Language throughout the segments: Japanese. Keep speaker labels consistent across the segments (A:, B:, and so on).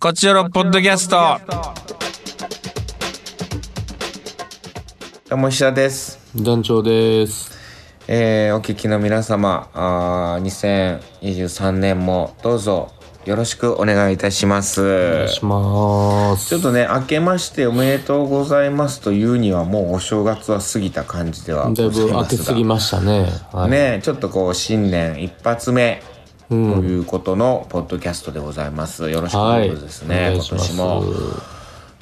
A: こちらのポッドキャスト。
B: どうも石田です、
C: 団長です。
B: えーお聞きの皆様あー2023年もどうぞよろしくお願いいたしま
C: お願
B: す
C: いします。
B: ちょっとね明けましておめでとうございますというにはもうお正月は過ぎた感じではござ
C: だ
B: い
C: い
B: ます
C: ぶ
B: が
C: 開けすぎましたね。はい、
B: ねちょっとこう新年一発目ということのポッドキャストでございます、よろしくお
C: は
B: 願い
C: い。
B: しますですね、
C: お願い
B: 今
C: しま
B: 年
C: す
B: も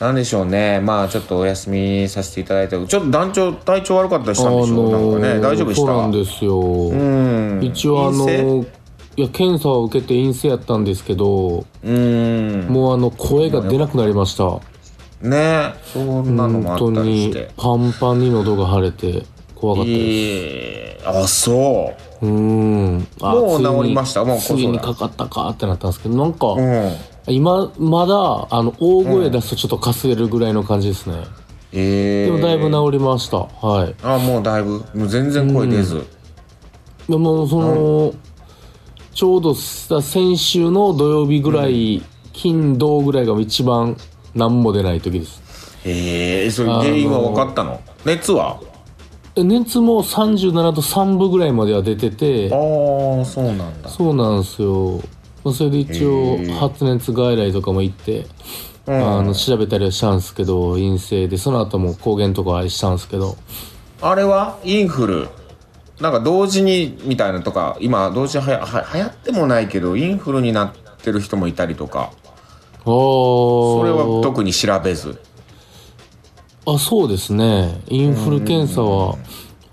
B: なんでしょうねまあちょっとお休みさせていただいてちょっと団長体調悪かったりしたんでしょう、
C: ー
B: なんかね大丈夫でし
C: そう
B: た
C: なんですよ。
B: うん
C: 一応あの
B: 陰性
C: ーいや検査を受けて陰性やったんですけど、
B: うーん
C: もうあの声が出なくなりました。
B: ねそんなのもあ
C: 本当
B: ったりし
C: に
B: て
C: パンパンに喉が腫れて怖かったです。
B: えー、あそう
C: うーん。あ
B: もう
C: ついに
B: 治りましたもうこそだ
C: ついにかかったかってなったんですけど、なんか、
B: うん
C: 今まだあの大声出すとちょっとかすれるぐらいの感じですね、
B: えー、
C: でもだいぶ治りましたはい
B: あもうだいぶもう全然声出ず、
C: でもその、ちょうどさ先週の土曜日ぐらい、金土ぐらいが一番何も出ない時です
B: ええー、それ原因は分かったの熱は
C: で熱も37度3分ぐらいまでは出てて
B: ああそうなんだ
C: そうなんですよまあそれで一応
B: へえ
C: 発熱外来とかも行って、
B: うん
C: あの調べたりはしたんですけど陰性でその後も抗原とかしたんですけど
B: あれはインフルなんか同時にみたいなとか今同時にはやは流行ってもないけどインフルになってる人もいたりとか
C: ああ
B: そ
C: そ
B: れは特に調べず
C: あそうですねインフル検査は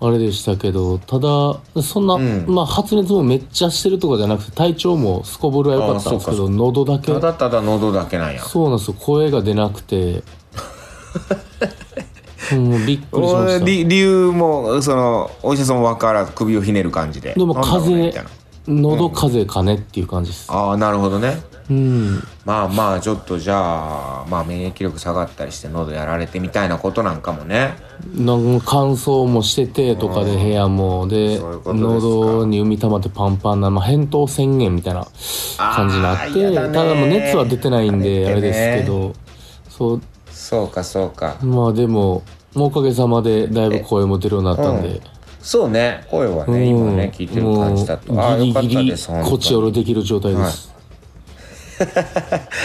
C: あれでしたけどただそんな、
B: ん
C: まあ、発熱もめっちゃしてるとかじゃなくて体調もすこぶるは良かったんですけ
B: あそう
C: ど喉だけ
B: ただただ喉だけなんや
C: そうなんですよ声が出な くてもうびっくりしました
B: 理理由もそのお医者さんも分からず首をひねる感じで
C: でも風
B: なんだろうねみたい
C: 邪
B: な
C: 喉風邪かねっていう感じです
B: ああなるほどね
C: うん
B: まあまあちょっとじゃあまあ免疫力下がったりして喉やられてみたいなことなんかもね
C: なんか乾燥もしててとかで部屋もで
B: そういうことですか
C: 喉に海溜まってパンパンな、まあ、扁桃宣言みたいな感じにな
B: あ
C: っ
B: ー嫌
C: て
B: だね
C: ただもう熱は出てないんで
B: あ
C: あ
B: れ
C: れ
B: ってね
C: ですけどそう
B: そうかそうか
C: まあでももうおかげさまでだいぶ声も出るようになったん
B: うん
C: で、
B: そうね声は
C: うん
B: ね今ね聞いてる感じだとああ
C: もう
B: よかっ
C: ギ
B: た
C: リギ
B: で
C: リ
B: す本当に
C: こちおろできる状態です、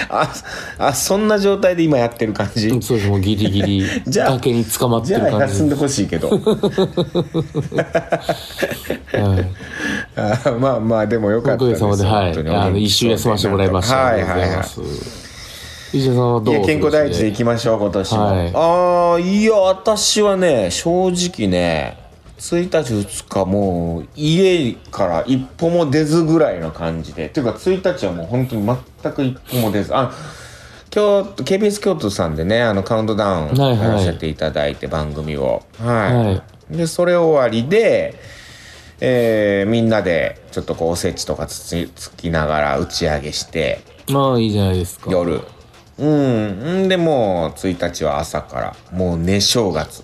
B: ああそんな状態で今やってる感じ、
C: そうですもうギリギリ
B: じゃあ
C: 崖に捕まっ
B: じ
C: て
B: ゃ
C: る
B: あ
C: 感じ
B: 休ん
C: で
B: でほしい けど
C: す、はい
B: あーまあまあでもよか
C: お
B: った
C: か
B: で
C: げ
B: す
C: さまで、はい。あの、一周休ませてもらいました。
B: はいはい
C: あり
B: は
C: が
B: い
C: とうございます。石田さんはどう
B: いや健康第一でいきましょう今年も、
C: はい
B: ああいや私はね正直ね1日2日もう家から一歩も出ずぐらいの感じでというか1日はもう本当に全く一歩も出ずあ京都 KBS 京都さんでねあのカウントダウン
C: はいはい
B: やらせていただいて番組を
C: は。
B: はいい、でそれ終わりでえーみんなでちょっとこうおせちとかつつつきながら打ち上げして
C: まあ、いいじゃないですか。
B: 夜うんんでもう1日は朝からもう寝正月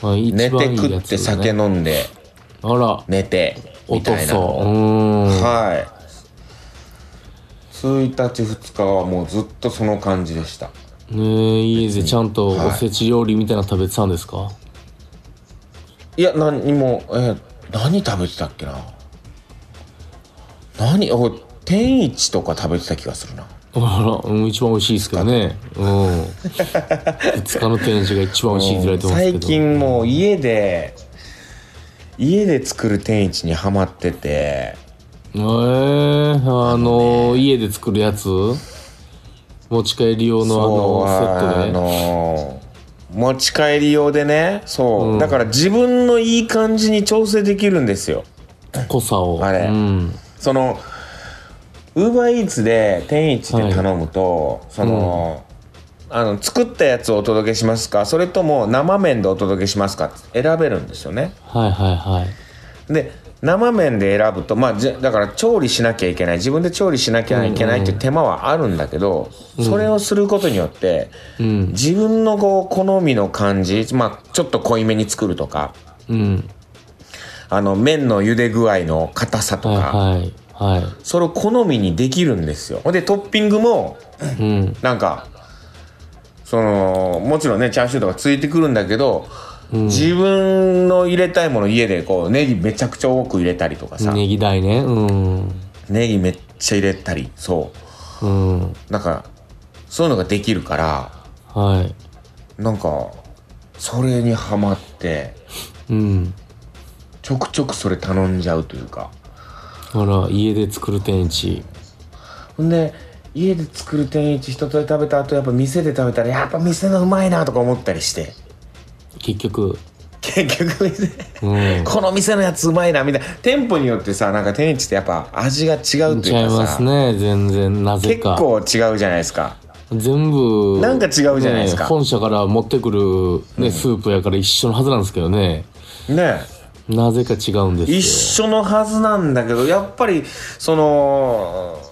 C: まあ、一
B: 寝
C: 番
B: て
C: いい
B: 食
C: や
B: っ
C: つ
B: て
C: よ
B: 酒
C: ね。
B: 飲んで
C: あら、
B: 寝てみ
C: お
B: た
C: と
B: いな
C: そう。うーん。
B: はい1日2日はもうずっとその感じでした
C: ねえ、家でちゃんとおせち料理みたいなの食べてたんですか、
B: いや何もえー何食べてたっけな何お天一とか食べてた気がするな
C: あら、うん、一番美味しいですけどね。うん。5日の天使が一番美味しいって言われてますけど。
B: 最近もう家で家で作る天一にはまってて
C: えー、あの家で作るやつ持ち帰り用のあのセットで。
B: あの持ち帰り用でねそう、
C: うん
B: だから自分のいい感じに調整できるんですよ
C: 濃さを。
B: あれ
C: うん。
B: そのウーバーイーツで天一で頼むと、その、あの作ったやつをお届けしますかそれとも生麺でお届けしますかって選べるんですよね
C: はいはいはい。
B: で生麺で選ぶとまあじゃだから調理しなきゃいけない自分で調理しなきゃいけないっていう手間はあるんだけど、それをすることによって、
C: うん。
B: 自分のこう好みの感じ、まあ、ちょっと濃いめに作るとか
C: うん。
B: あの麺の茹で具合の硬さとか、
C: はいはい。はい。
B: それを好みにできるんですよほんでトッピングも
C: うん。
B: なんかそのもちろんねチャーシューとかついてくるんだけど、自分の入れたいもの家でこうネギめちゃくちゃ多く入れたりとかさ、
C: ネギ大ね。うん。
B: ネギめっちゃ入れたりそ
C: うん。
B: うなんかそういうのができるから
C: は
B: なんかそれにハマって
C: い。うん。
B: ちょくちょくそれ頼んじゃうというか
C: あら、家で作る天一。
B: ほんで家で作る天一一通り食べた後やっぱ店で食べたらやっぱ店のうまいなとか思ったりして
C: 結局。
B: 結局店
C: うん。
B: この店のやつうまいなみたいな店舗によってさなんか天一ってやっぱ味が違うと
C: 違
B: い
C: いう
B: か
C: ます
B: さ、
C: ね。全然。なぜ
B: 結
C: か。
B: 構違うじゃないですか
C: 全部。
B: なんか違うじゃないですか
C: ね本社から持ってくる、ね、スープやから一緒のはずなんですけどね。
B: ねえ
C: なぜか違うんですよ。
B: 一緒のはずなんだけどやっぱりその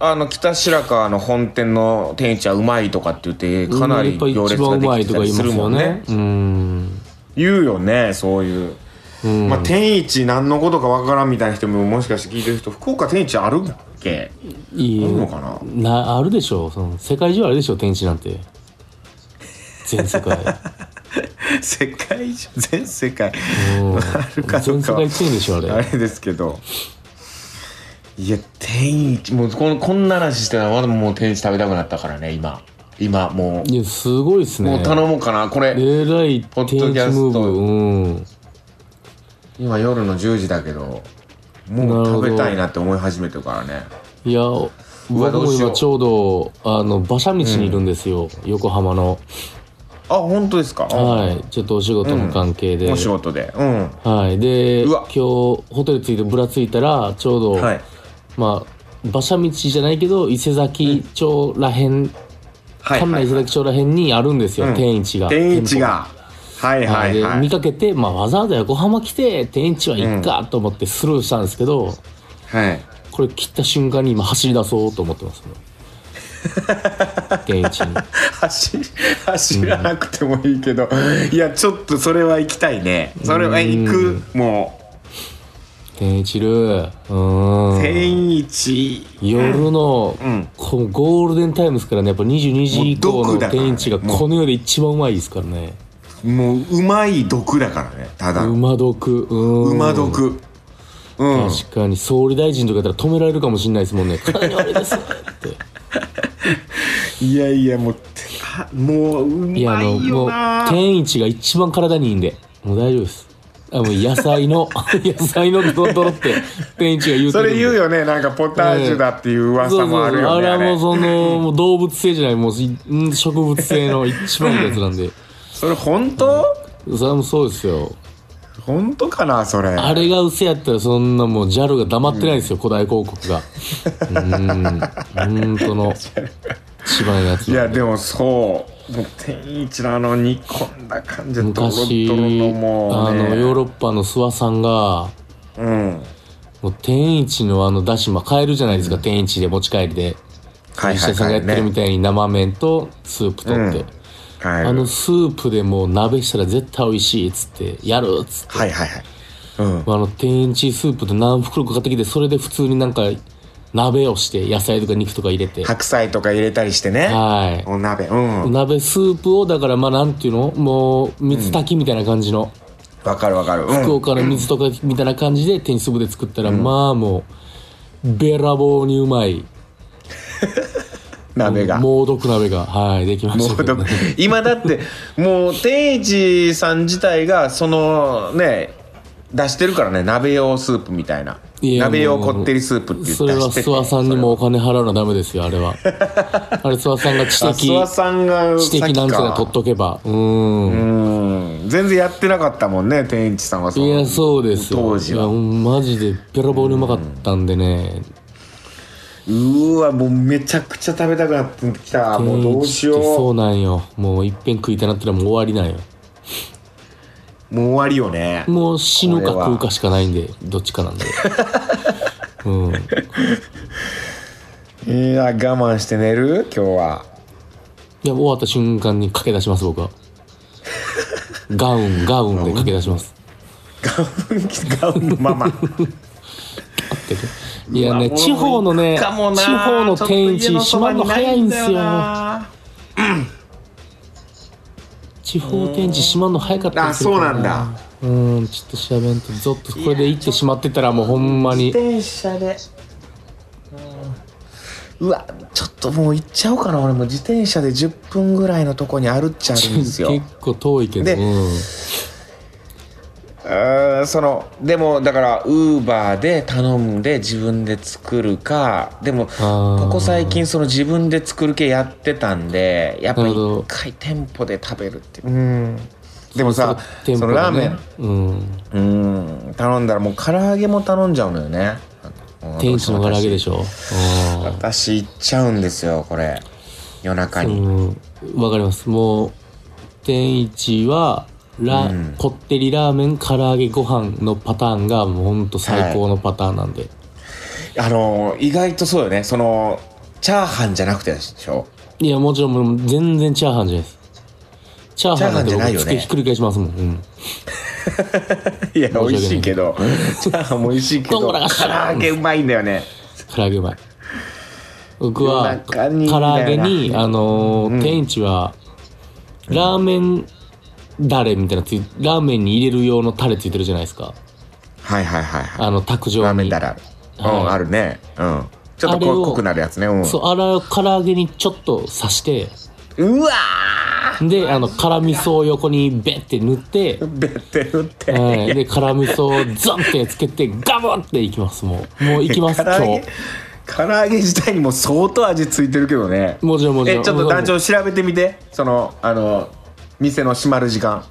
B: あの北白川の本店の天一はうまいとかって言ってかなり
C: やっぱ
B: 行列
C: 一番うま
B: がで
C: い
B: きてた
C: とか
B: り
C: 言い
B: す
C: ます
B: るも
C: よ
B: んね
C: ね。うん。
B: 言うよねそういう、
C: うん
B: まあ天一何のことかわからんみたいな人ももしかして聞いてる人福岡天一あるっけ
C: いい
B: あるのかな
C: なあるでしょその世界中あるでしょ天一なんて全 世界
B: 世界中全世界
C: うん
B: るかどう
C: 全
B: か
C: 世
B: は
C: 界チェーンでしょあれ
B: あれですけどいや天一もうこんこんな話してたらまだもう天一食べたくなったからね今今もう
C: いやすごいっすね
B: もう頼もうかなこれ
C: えらい
B: ポッ
C: 天一
B: ドキャスト
C: ムーブうん
B: 今夜の10時だけどもう食べたいなって思い始めてるからね
C: いや僕
B: どう
C: も
B: しよう
C: 今ちょうどあの馬車道にいるんですよ、横浜の
B: あ本当ですか、
C: はいちょっとお仕事の関係で、
B: お仕事でうん
C: はいで
B: う
C: 今
B: わ
C: 日ホテル着いてぶらついたらちょうど、
B: はい
C: まあ馬車道じゃないけど伊勢崎町らへん
B: はい
C: 関
B: は
C: 内
B: い
C: 伊勢崎町らへんにあるんですよ、
B: うん
C: 天一が
B: 天一がはい
C: 店舗が
B: は
C: はいい
B: は
C: で見
B: い
C: かけて、まあ、わざわざ横浜来て天一はいっかと思ってスルーしたんですけど、
B: はい
C: これ切った瞬間に今走り出そうと思ってますね 天一に
B: 走走らなくてもいいけど、いやちょっとそれは行きたいねそれは行くも
C: 天一るう
B: う
C: ーん
B: 天一
C: 夜の、
B: ん
C: このゴールデンタイムですからねやっぱ22時以
B: もう
C: 降
B: 毒
C: の
B: だから
C: 天一が
B: もう
C: この世で一番うまいですからね
B: もううまい毒だからねただ
C: 馬毒うーん
B: 馬毒うん
C: 確かに総理大臣とかやったら止められるかもしれないですもん ね体に悪いですって
B: いやいやもうてあもううま
C: いや、あの、
B: いよ
C: もう
B: な、
C: 天一が一番体にいいんで、もう大丈夫です。あ、もう野 菜の、野菜のドロドロって、天一が言うて
B: そ
C: るんで。
B: れ言うよねなんかポタージュだっていう噂もあるよね
C: そうそうそうあ
B: あ
C: れは
B: れ
C: もうその、 もう動物性じゃない、もうしん植物性の一番いいやつなんで。
B: それ本当
C: それはもうそうですよ。
B: 本当かなそれ
C: あれが嘘やったら、そんなもう JAL が黙ってないですよ、古代広告が。うん、本当の、一番いいやつ
B: い
C: な
B: や
C: んで。
B: でもそうもう天一のあの煮込んだ感じドロドロ
C: 昔、
B: のも
C: あ
B: う、ね、
C: の、ヨーロッパの諏訪さんが、
B: うん
C: もう天一のあのだし、まあ、買えるじゃないですか、天一で持ち帰りで。
B: はい
C: 石
B: はい
C: 田さんが
B: は
C: やっ
B: い
C: てるみ
B: ね
C: たいに生麺とスープとって。
B: はい
C: あ
B: はい
C: のスープでもう鍋したら絶対美味しいっつって、やるっつって。
B: はいはいうん
C: あの天一スープと何袋か買ってきて、それで普通になんか鍋をして、野菜とか肉とか入れて。
B: 白菜とか入れたりしてね
C: は
B: お鍋うん
C: い。鍋スープを、だからまあなんていうのもう水炊きみたいな感じの。
B: わかるわかるう
C: 福
B: ん
C: 岡の水とかみたいな感じで天一スープで作ったら、まあもう、べらぼうにうまい。
B: 鍋が
C: 猛毒鍋が、はい、できま
B: も
C: したけ
B: う
C: ど
B: ど
C: ね、
B: 今だってもう天一さん自体がそのね出してるからね鍋用スープみたいない
C: や
B: 鍋用こってりスープって言って
C: それは
B: 出してて
C: 諏訪さんにもお金払うのはダメですよ、あれ は。あれ諏訪さんが知
B: あ
C: 的、
B: 諏訪さんが
C: 知的
B: 先
C: なんちゃら
B: か
C: 取っとけば。うーん。
B: うん全然やってなかったもんね天一さんはその
C: いや、そうですよ。
B: 当時はい
C: や、マジでべらぼうにうまかったんでね。
B: うーわもうめちゃくちゃ食べたくなってきたもうどうしよ
C: 天一ってそううなんよ。もういっぺん食いたなったらもう終わりなんよ。
B: もう終わりよね
C: もう死ぬ
B: こ
C: か
B: れは
C: 食うかしかないんで、どっちかなんで。うん。
B: いや我慢して寝る今日 はい
C: や、終わった瞬間に駆け出します、僕は。ガウン、ガウンで駆け出します。
B: ガウンのまま
C: っていやね
B: うわ
C: 地方の
B: も
C: ね
B: う行くかもな
C: 地方の天一
B: ちょっと家そばに
C: 閉まるの早いんですよ
B: ないだな
C: 地方展示閉まんの早かった
B: あ
C: りする
B: そう
C: から
B: なんだ
C: うんちょっと調べんとゾッとこれで行ってしまってたらもうほんまに
B: 自転車でうんうわちょっともう行っちゃおうかな俺も自転車で10分ぐらいのとこにあるっちゃあるんです
C: 結
B: よ
C: 構遠いけど
B: で
C: うん
B: うーんそのでもだからウーバーで頼んで自分で作るかでも
C: あー
B: ここ最近その自分で作る系やってたんでやっぱ
C: なるほど
B: 一回店舗で食べるってうんでもさそ,、
C: 店舗
B: のラーメン
C: でねうん
B: うん頼んだらもう唐揚げも頼んじゃうのよね
C: 天一の唐揚げで
B: し
C: しょ
B: 私行っちゃうんですよこれ夜中
C: う
B: に、
C: んうんわかりますもう天一はラ、
B: うん
C: こってりラーメン唐揚げご飯のパターンがもうほんと最高のパターンなんで、
B: あの意外とそうよねそのチャーハンじゃなくてでしょ
C: い、やもちろんもう全然チャーハンじゃないですチャーハンなんて
B: チャーハンじゃないよ
C: 僕
B: ね
C: つけひっくり返しますもん、うん、
B: いや、
C: 申し訳な
B: 美
C: い
B: 味しいけど。 チャーハンも美味しいけど、
C: ど
B: 唐
C: んぶらがし
B: 揚げうまいんだよね。
C: 唐揚げうまい僕は
B: 夜中に
C: 唐揚げ
B: みたい
C: に
B: な
C: あのー天一はラーメンだれみたいなついラーメンに入れる用のタレついてるじゃないですか
B: はいはいはいはい。
C: あの卓上に
B: ラーメンだらある。う
C: はい
B: ん、あるね。うん。ちょっと
C: あれ
B: こ
C: を
B: う濃くなるやつね。うん。
C: そうあら唐揚げにちょっと刺して
B: うわ
C: であの辛味噌を横にベッて塗 って
B: ーべってるって。
C: はい、で辛味噌をザンってつけてガブンっていきますもうもういきます
B: 唐
C: 今
B: 揚げ。
C: 日
B: 唐揚げ自体にも相当味ついてるけどね。
C: もちろんもち
B: え、
C: ろん
B: ちょっと団長調べてみて。その、あの、店の閉まる時間。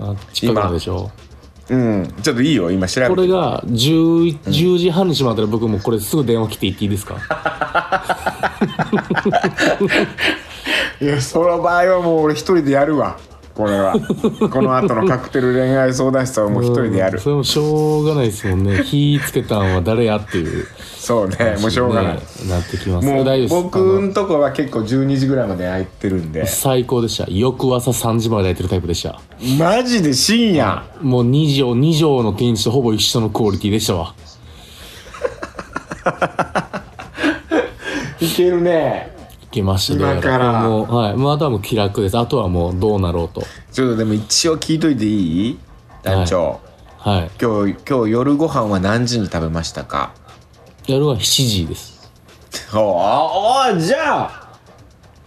C: あ近くなんでしょ
B: うん。ちょっといいよ、今調べ
C: こ
B: て。
C: れが 10, 10時半にしまったら僕もうこれすぐ電話来て行っていいですか
B: いや、その場合はもう俺一人でやるわ。これ は。この後のカクテル恋愛相談室はもう一人でや
C: うん
B: る。
C: それもしょうがないですもんね火つけたんは誰やっていう
B: そうね、もうしょうがない
C: ね。なってきます
B: も
C: 大丈夫で
B: う
C: す
B: 僕
C: あの
B: んとこは結構12時ぐらいまで空いてるんで
C: 最高でした翌朝3時まで空いてるタイプでした
B: マジで深夜
C: もう2畳2畳の天使とほぼ一緒のクオリティでしたわ
B: いけるね
C: いけました
B: 今から
C: もうはいもうあとはもう気楽ですあとはもうどうなろうと
B: ちょっとでも一応聞いといていい団長、
C: はい
B: 今日今日夜ご飯は何時に食べましたか
C: 夜は7時です
B: おーおーじゃあ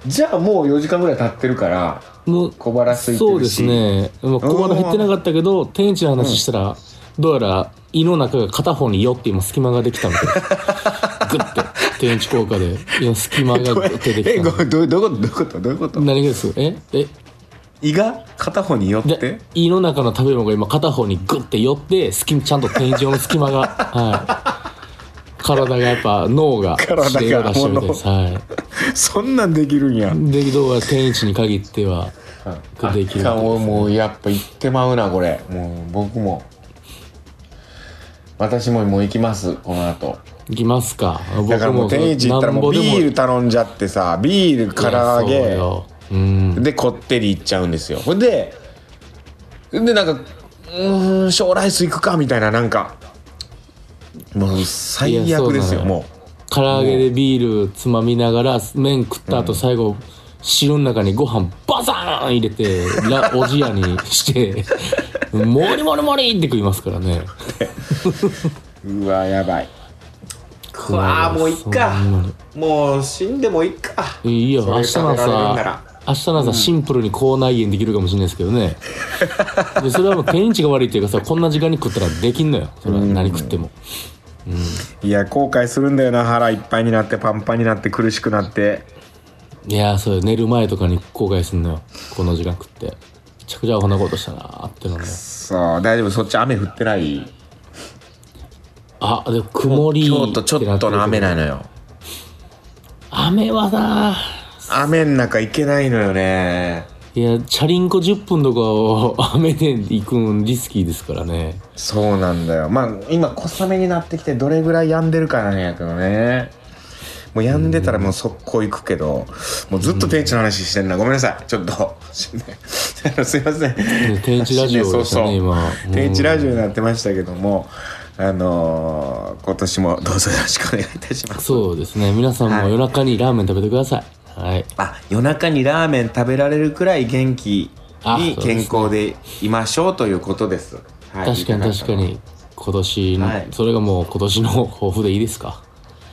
B: じゃあもう4時間ぐらい経ってるから
C: もう
B: 小腹空いてるし
C: そうです ねもう小腹減ってなかったけど天一の話したら、どうやら胃の中が片方によって今隙間ができた みたいですグッて天一効果で今隙間がグッて
B: え
C: でき
B: ご
C: た
B: めんどうどういうことどういうことどういうこと
C: 何がですええ
B: 胃が片方に寄っ
C: で
B: て
C: 胃の中の食べ物が今片方にグッて寄って隙間ちゃんと天井の隙 間がはい体がやっぱ脳が
B: 体が
C: 指令を出してるみたいです、は
B: そんなんできるんや
C: い、でどうやら天一に限ってはできるみたいですね
B: あかん俺もうやっぱ行ってまうなこれもう僕も私ももう行きますこの後
C: いきますか僕
B: だからもう天一行ったらもうビール頼んじゃってさビール唐揚
C: いやそう
B: げ
C: ようん
B: でこってり行っちゃうんですよほんででなんかうーん小ライス行くかみたいななんかもう
C: い
B: 最
C: やそう
B: 悪
C: なの
B: で
C: よ
B: すよも
C: 唐揚げでビールつまみながら麺食った後最後、汁の中にご飯バザーン 入れてらおじやにしてもりもりもりって食いますからね
B: ううわやばいくわーもういっか
C: そんなの
B: もう死んでもいいか
C: いいよ
B: そ
C: 明
B: れ
C: 日の
B: 食べられるんな
C: 朝
B: ら
C: 明日の朝シンプルに口内炎できるかもしれないですけどねでそれはもう天一が悪いっていうかさこんな時間に食ったらできんのよそれは何食っても
B: いや後悔するんだよな腹いっぱいになってパンパンになって苦しくなって
C: いやーそうよ寝る前とかに後悔すんのよこの時間食ってめちゃくちゃアホなことしたなーってのね
B: そう大丈夫そっち雨降ってない
C: あでも曇り
B: 京都ちょっとの雨なのよ
C: 雨はな
B: 雨ん中行けないのよね
C: ーいやチャリンコ10分とかを雨で行くのリスキーですからね
B: そうなんだよまあ今小雨になってきてどれぐらい止んでるかなんやけどねもう止んでたらもう速攻行くけどもうずっと天地の話してんなごめんなさいちょっと すいません
C: 天一ラジオでし たね
B: そうそう
C: 今
B: 天一ラジオになってましたけども、あのー今年もどうぞよろしくお願いいたします
C: そうですね皆さんも夜中にラーメン食べてくださいはい
B: あ夜中にラーメン食べられるくらい元気
C: あ
B: に
C: そうです
B: 健
C: ね
B: 康でいましょうということです、はい
C: 確かに確かに今年の、
B: はい
C: それがもう今年の抱負でいいですか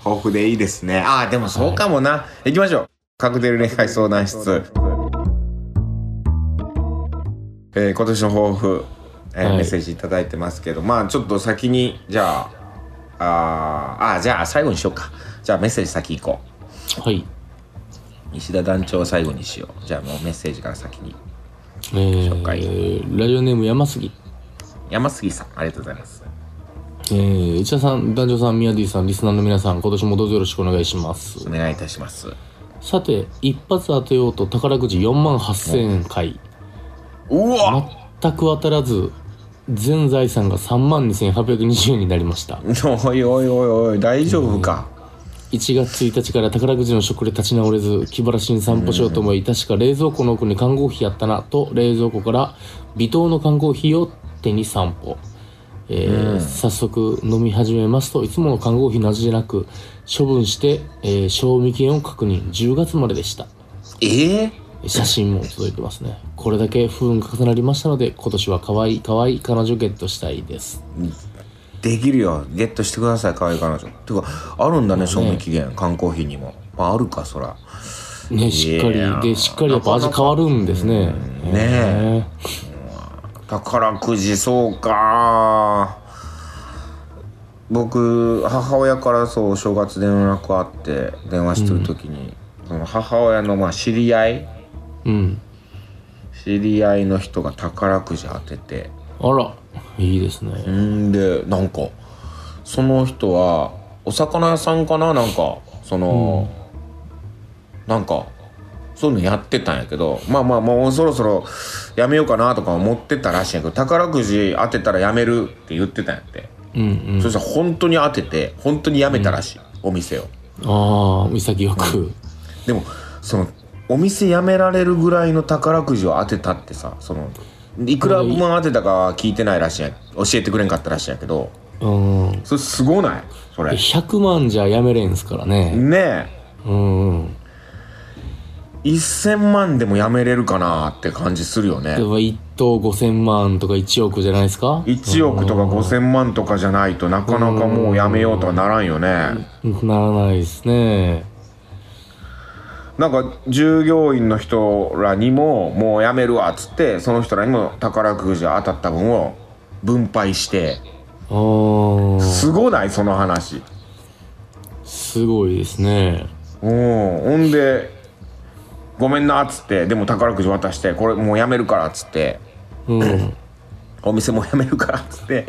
B: 豊富でいいですねああでもそうかもな、行きましょうカクテル恋愛相談室、えー今年の抱負、えー
C: はい
B: メッセージいただいてますけどまあちょっと先にじゃああーあーじゃあ最後にしようかじゃあメッセージ先行こ
C: はい
B: う石田団長を最後にしようじゃあもうメッセージから先に
C: えー
B: 紹介
C: ラジオネーム山杉
B: 山杉さんありがとうございます
C: えー、内田さん、男女さん、ミヤディさん、リスナーの皆さん、今年もどうぞよろしくお願いします
B: お。願いいたします
C: さて、一発当てようと宝くじ4万8000回、
B: うわ
C: 全く当たらず、全財産が3万2820円になりました。
B: おいおいおいおい大丈夫か、
C: 1月1日から宝くじの食で立ち直れず気晴らしに散歩しようと思い、確か冷蔵庫の奥に缶コーヒーやったなと冷蔵庫から微糖の缶コーヒーを手に散歩、えー早速飲み始めますといつもの缶コーヒーの味じゃなく処分して、えー賞味期限を確認10月まででした
B: ええ
C: 写真も届いてますねこれだけ不運が重なりましたので今年は可愛い可愛い彼女ゲットしたいです
B: できるよゲットしてください可愛い彼女てかあるんだね賞味期限缶コーヒーにも、まあ、あるかそら
C: ねしっか
B: いやー
C: りでしっかりやっぱ味変わるんですね
B: ねえ宝くじそうか僕母親からそうお正月で連絡あって電話してる時に、その母親のまあ知り合い
C: うん
B: 知り合いの人が宝くじ当てて
C: あら、いいですね。
B: んでなんかその人はお魚屋さんかななんかその、なんかそういうのやってたんやけどまあまあもうそろそろやめようかなとか思ってたらしいんやけど宝くじ当てたらやめるって言ってたんやって、
C: うんうん。
B: そしたら本当に当てて本当にやめたらしい、お店を
C: ああ、潔く。
B: でもそのお店辞められるぐらいの宝くじを当てたってさそのいくら分当てたかは聞いてないらしいんや教えてくれんかったらしいんやけど
C: うん。
B: それすごないそれ
C: 100万じゃやめれんすからね。
B: ね
C: うんうん。
B: え1000万でもやめれるかなって感じするよね
C: でも1等5000万とか1億じゃないですか
B: 1億とか5000万とかじゃないとなかなかもうやめようとはならんよね
C: ならないですね。
B: なんか従業員の人らにももうやめるわっつってその人らにも宝くじ当たった分を分配して
C: ああ、
B: すごないその話
C: すごいですね。
B: うんほんでごめんなっつってでも宝くじ渡してこれもうやめるからっつって
C: うん。
B: お店も辞めるからっつって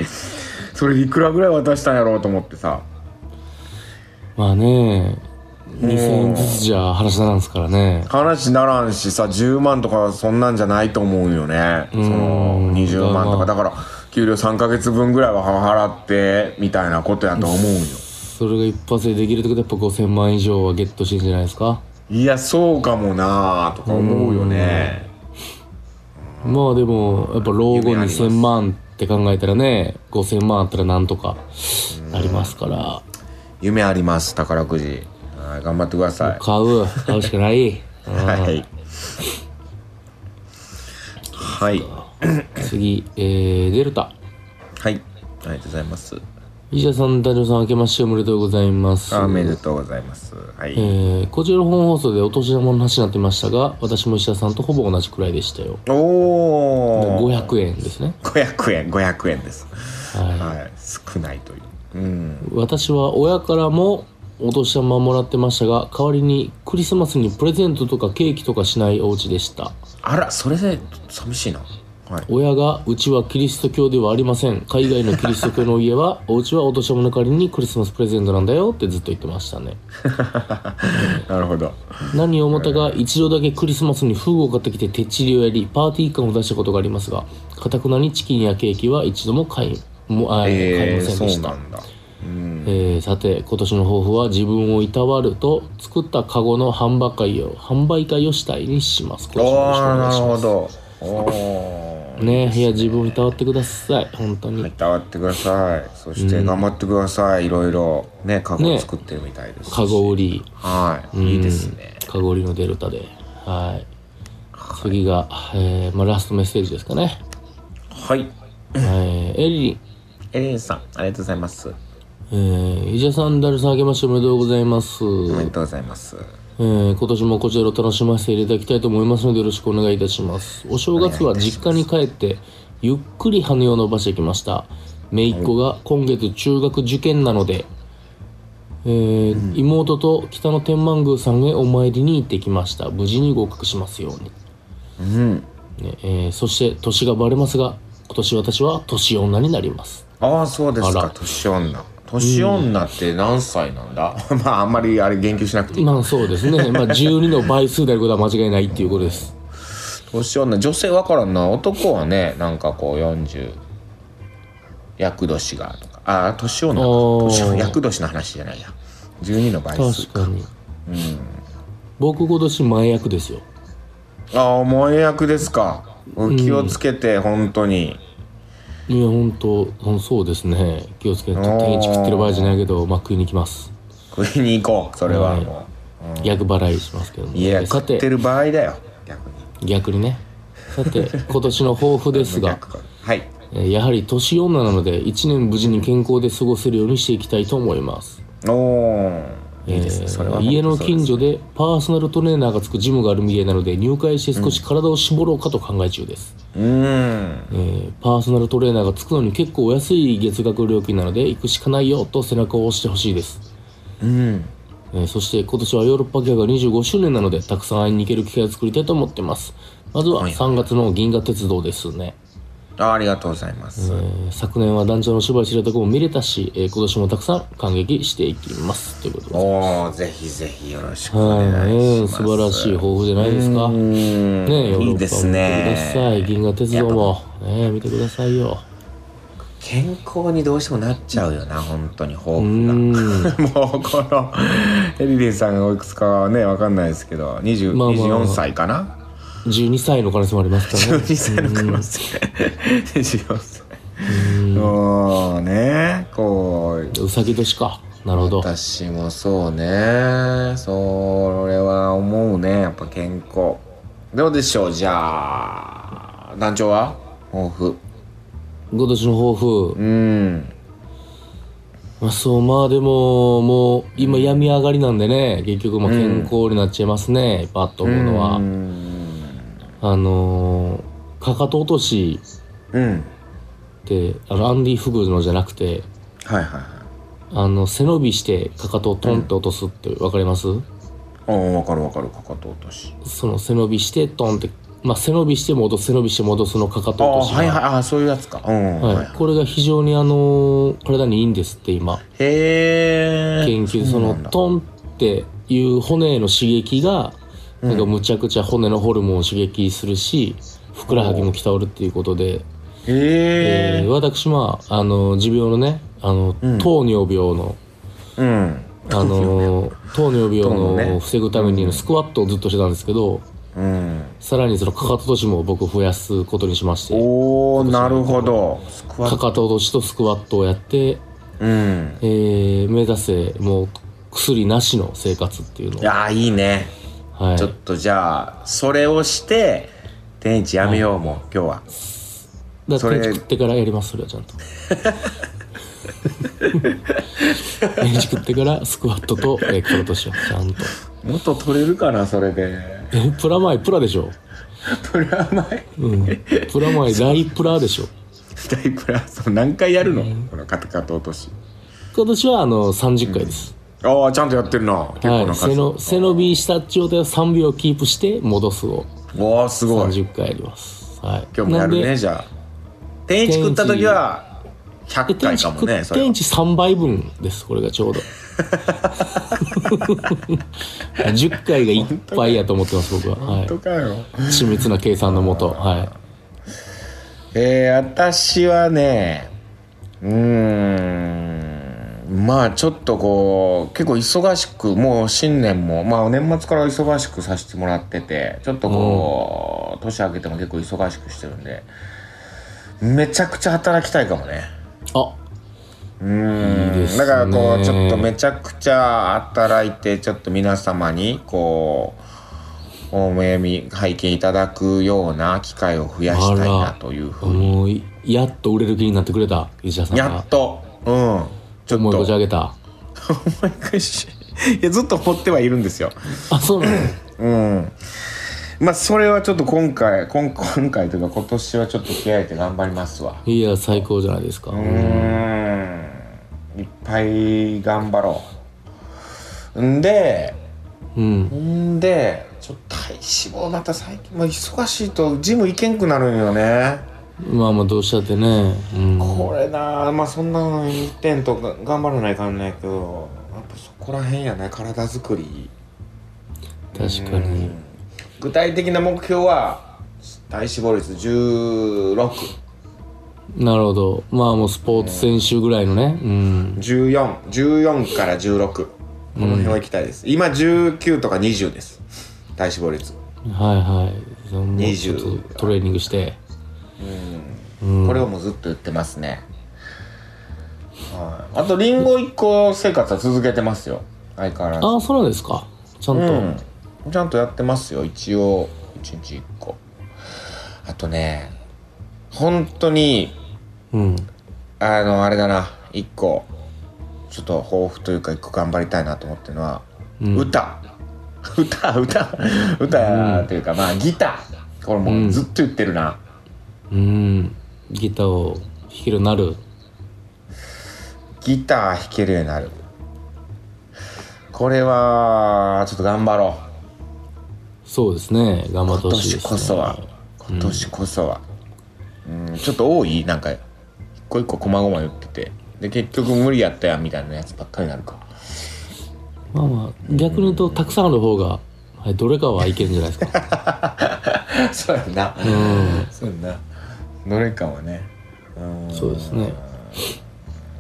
B: それいくらぐらい渡したんやろうと思ってさ
C: まあね、2000円ずつじゃ話なんですからね。
B: 話ならんしさ10万とかそんなんじゃないと思うよねその20万とかだから給料3ヶ月分ぐらいは払ってみたいなことやと思うよ
C: それが一発でできるってことはやっぱ5000万以上はゲットしてんじゃないですか
B: いやそうかもなーとか思うよね
C: まあでもやっぱ老後
B: 夢あります
C: 2000万って考えたらね5000万あったらなんとかなりますから
B: 夢あります宝くじはい頑張ってください
C: 買う買うしかない
B: はいはい
C: 次、えー、デルタ
B: はいありがとうございます
C: 石田さん男女さん明けましておめでとうございます
B: あおめでとうございますはい
C: えー、こちらの本放送でお年玉の話になってましたが私も石田さんとほぼ同じくらいでしたよ
B: おお
C: 500円ですね
B: 500円500円です
C: はい
B: はい少ないといううん
C: 私は親からもお年玉もらってましたが代わりにクリスマスにプレゼントとかケーキとかしないお家でした
B: あらそれで寂しいなはい
C: 親がうちはキリスト教ではありません海外のキリスト教の家は お家はお年玉の代わりにクリスマスプレゼントなんだよってずっと言ってましたね
B: なるほど
C: 何を思ったか一度だけクリスマスにフグを買ってきて手っちりをやりパーティー感を出したことがありますがかたくなにチキンやケーキは一度も買いもあ買い
B: え
C: ま
B: ー、
C: せん
B: そ
C: で
B: う
C: した
B: なんだうん
C: えーさて今年の抱負は自分をいたわると作ったカゴの販売会を販売会をしたいにします。今年もよろしくお
B: ああ
C: 願い
B: な
C: し
B: る
C: ま
B: ほ
C: す
B: どおお
C: ねいや自分をいたわってください本当に、
B: はい、伝わってください。そして頑張ってください。いろいろね、カゴを作ってるみたいですし。
C: カゴ売り
B: はい。いいですね。
C: カゴ売りのデルタではい次が、えーまあ、ラストメッセージですかね、
B: はい。
C: えー、エリリン
B: エレンさん、ありがとうございます。
C: えー、伊者さん、ダルさん、あけましておめでとうございます。
B: おめでとうございます。
C: えー、今年もこちらを楽しませていただきたいと思いますのでよろしくお願いいたしますお正月は実家に帰ってゆっくり羽を伸ばしてきました姪っ子が今月中学受験なので、えー妹と北の天満宮さんへお参りに行ってきました無事に合格しますように
B: うん。
C: ねえーそして年がバレますが今年私は年女になります
B: ああ、そうです
C: あ
B: か。
C: ら
B: 年女。年女って何歳なんだ まあ、あんまりあれ言及しなくていい。
C: まあそうですね、まあ、12の倍数であることは間違いないっていうことです
B: 年女、女性わからんな。男はね、なんかこう40、厄年がとか。ああ、年女か。
C: おー
B: 年女厄年の話じゃないや。12の倍数
C: 確。かに、僕今年前役ですよ
B: ああ、もう役ですか。お気をつけて、本当に。
C: いや本当うんそうですね気をつけて
B: あー
C: 天一食ってる場合じゃないけど、まあ、食いに行きます
B: 食いに行こう。それはも
C: 役払いしますけども
B: う。いや、
C: さ
B: 食って
C: て
B: る場合だよ。逆に。
C: 逆にねさて今年の抱負で すが
B: 逆かはい。
C: えーやはり年女なので1年無事に健康で過ごせるようにしていきたいと思います
B: おお。いいです
C: え
B: ね。
C: ー
B: それは
C: 家の近所でパーソナルトレーナーがつくジムがあるみたいなので入会して少し体を絞ろうかと考え中です、
B: うーん。
C: えーパーソナルトレーナーがつくのに結構お安い月額料金なので行くしかないよと背中を押してほしいです
B: うん。
C: えーそして今年はヨーロッパギアが25周年なのでたくさん会いに行ける機会を作りたいと思ってますまずは3月の銀河鉄道ですね、
B: あありがとうございます。
C: えー昨年は団長の芝居知らた子も見れたし、えー今年もたくさん感激していきますということで
B: おお、ぜひぜひよろしくお
C: はい
B: 願
C: え
B: い
C: ー
B: します。
C: 素晴らしい抱負じゃないですか
B: う
C: ね
B: ーん
C: えヨーロ
B: いい
C: ッパ
B: です
C: も見てください
B: ね。
C: 銀河鉄道も、ねえ、見てくださいよ
B: 健康にどうしてもなっちゃうよな、本当に抱
C: う
B: 負が。
C: ーん
B: もうこのエリリンさんがおいくつかはねわかんないですけど20
C: まあまあ
B: 24歳かな
C: 12歳の可能性もありますからね
B: 12歳の可能性24歳もうねこう
C: うさぎ年かなるほど
B: 私もそうねそれは思うねやっぱ健康どうでしょうじゃあ団長は抱負
C: 今年の抱負
B: うん
C: まあそう、まあでも、もう、今病み上がりなんでね、結局、まあ健康になっちゃいますね、パッと思うのは。
B: うん
C: あのー、かかと落とし
B: うん
C: って、あの、アンディ・フグのじゃなくて、
B: はいはいはい
C: あの、背伸びしてかかとをトンって落とすって、わかります
B: ああ分かる分かるかかと落とし
C: その背伸びしてトンって、まあ背伸びして戻す、背伸びして戻すのかか
B: あ
C: と
B: あ
C: 落としが。
B: はいはいああそういうやつかうん、
C: はいこれが非常にあのー体にいいんですって、今。
B: へえ
C: 研究そのトンっていう骨への刺激がなんかむちゃくちゃ骨のホルモンを刺激するしふくらはぎも鍛わるっていうことで、え
B: へ
C: ー
B: え
C: 私まああの持病のねあの、糖尿病の
B: うん
C: あの糖尿病
B: 糖の
C: の
B: ね
C: を防ぐためにスクワットをずっとしてたんですけど、
B: うん
C: さらにそのかかと落としも僕増やすことにしまして
B: おおなるほどスクワ
C: か
B: ット
C: かと落としとスクワットをやって、
B: うん
C: えー目指せもう薬なしの生活っていうのを
B: いやーいいね
C: はい
B: ちょっとじゃあそれをして天一やめようもう今日は
C: だ
B: そ
C: か
B: れ
C: ら天竺食ってからやりますそれはちゃんと天竺食ってからスクワットと、えー、体としようちゃんと
B: もっと取れるかなそれで
C: えプラマイプラでしょ、
B: プラマイ
C: うん、プラマイライプラでしょ
B: 大プラそう何回やるのこのカタカタ落とし
C: 今年はあの30回です、
B: ああちゃんとやってるな結構
C: は、
B: ない
C: 背
B: 数
C: の背伸びした状態を3秒キープして戻すを
B: おおすごい
C: 30回やります、はい、
B: 今日もやる
C: なん
B: ね
C: で
B: じゃあ天一食った時は
C: え
B: 100
C: 天
B: 回
C: 一
B: かもねそれは
C: 天一3倍分ですこれがちょうど 10回がいっぱいやと思ってます僕は、はい、
B: かよ
C: 緻密な計算のもと、は
B: えー、私はねうーんまあちょっとこう結構忙しくもう新年もまあ年末から忙しくさせてもらっててちょっとこう、年明けても結構忙しくしてるんでめちゃくちゃ働きたいかもね
C: あ
B: うん
C: いいです
B: だ
C: ね
B: からこうちょっとめちゃくちゃ働いてちょっと皆様にこうお悩み拝見いただくような機会を増やしたい
C: あ
B: な
C: ら
B: というふうに
C: もういやっと売れる気になってくれた石田さんが
B: やっとうんちょっと
C: 思いこじあげた
B: 思い越しいやずっと掘ってはいるんですよ
C: あそ うなの
B: うんまあそれはちょっと今回今今回というか今年はちょっと気合い入れて頑張りますわ
C: いや最高じゃないですか、
B: うーんいっぱい頑張ろうんで
C: うん、
B: んでちょっと体脂肪また最近、まあ、忙しいとジム行けんくなるんよね
C: まあまあどうしたってね、うん、
B: これなあまあそんなのに一点とが頑張らないかんないけどやっぱそこら辺やね体作り
C: 確かに
B: 具体的な目標は体脂肪率16
C: なるほどまあもうスポーツ選手ぐらいのねうん
B: 1414から16この辺は行きたいです、今19とか20です体脂肪率、
C: はいはいもうちょっ
B: 20
C: とトレーニングして
B: これをもうずっと言ってますね、はい、あとリンゴ1個生活は続けてますよ相変わらず
C: ああそうなんですかちゃんと、
B: うん、ちゃんとやってますよ一応1日1個あとね本当に
C: うん
B: あのあれだな1個ちょっと抱負というか1個頑張りたいなと思ってるのは、歌 歌歌歌というか、まあギターこれもうずっと言ってるな、
C: うんギターを弾けるようになる
B: ギター弾けるようになるこれはちょっと頑張ろう
C: そうですね頑張って
B: 今
C: ほしい
B: 年
C: です、ね、
B: こそは今年こそは、うん、ちょっと多いなんか一個一個細々言っててで結局無理やったやんみたいなやつばっかりになるか
C: まあまあ逆に言うとたくさんある方が、はい、どれかはいけるんじゃないです か
B: そうやな、
C: ん
B: そうやなどれかはねうん
C: そうですね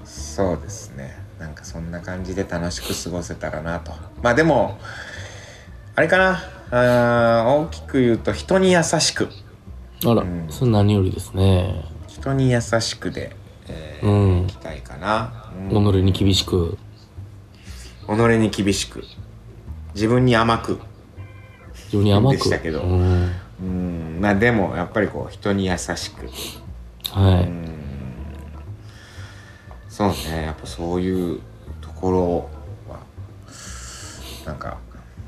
B: そうですねなんかそんな感じで楽しく過ごせたらなとまあでもあれかなあー大きく言うと人に優しく
C: あら、それ何よりですね
B: 人に優しくで、えー
C: うん
B: いきたいかな、うん
C: 己に厳しく
B: 己に厳しく自分に甘く
C: 自分に甘
B: で
C: く
B: したけど
C: うん
B: うんまあでもやっぱりこう人に優しく
C: はい、
B: そうねやっぱそういうところはなんか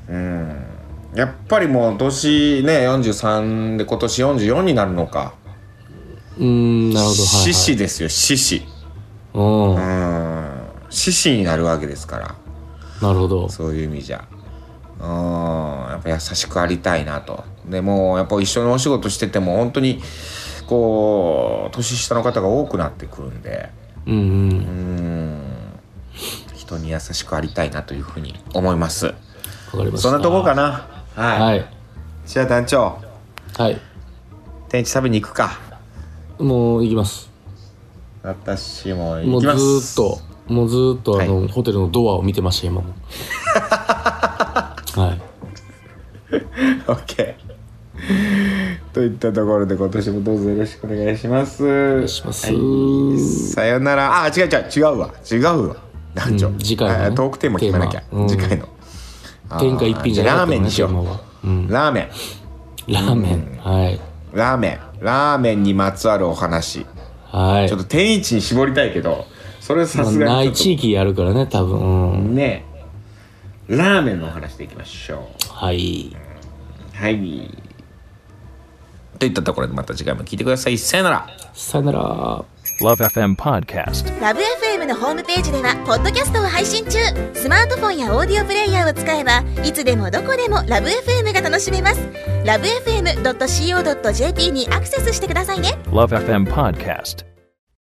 B: うんやっぱりもう年ね43で今年44になるのか
C: うーんなるほどはい、
B: 獅
C: は
B: 子
C: い
B: ですよ獅子
C: うん
B: う
C: なん
B: 獅子になるわけですから
C: るほど
B: そういう意味じゃ。うん、やっぱ優しくありたいなと。でもうやっぱ一緒にお仕事してても本当にこう年下の方が多くなってくるんで、
C: うんうん
B: うん、人に優しくありたいなというふうに思います。
C: わかりました
B: そんなとこかな。はい。
C: はい
B: じゃあ団長、
C: はい
B: 天一食べに行くか。
C: もう行きます
B: 私も
C: も
B: 行
C: う
B: き
C: ず
B: ます。
C: ーっともうずーっとあの、
B: は
C: ホテルのドアを見てました 今もはい
B: オッケー。といったところで今年もどうぞよろしくお願いします。お願
C: 願いします
B: さよなら。あ、違う違う違うわ。違うわ。団長。
C: うん次回のね
B: あトークテーマ決めなきゃ
C: テー。マうん
B: 次回の。
C: 天下一品じゃなか
B: ラー
C: った
B: メ
C: の
B: ン
C: ね
B: にしよ
C: 今
B: う。
C: は、うん、
B: ラーメン。
C: ラーメン、はい
B: ラーメン。ラーメンにまつわるお話。
C: はい
B: ちょっと天一に絞りたいけど、それさす
C: まあ
B: が
C: な
B: にち
C: い
B: ょ
C: 地域あるからね多分、
B: っ
C: う
B: と
C: ん、
B: ね。ラーメンのお話でいきましょ
C: はい
B: う。はい。といったところでまた次回も聞いてください。さよなら。
C: さよなら
A: Love FM Podcast.
D: ラブ f m のホームページではポッドキャストを配信中スマートフォンやオーディオプレイヤーを使えばいつでもどこでもラブ f m が楽しめますラブ FM.co.jp にアクセスしてくださいね
A: Love FM Podcast.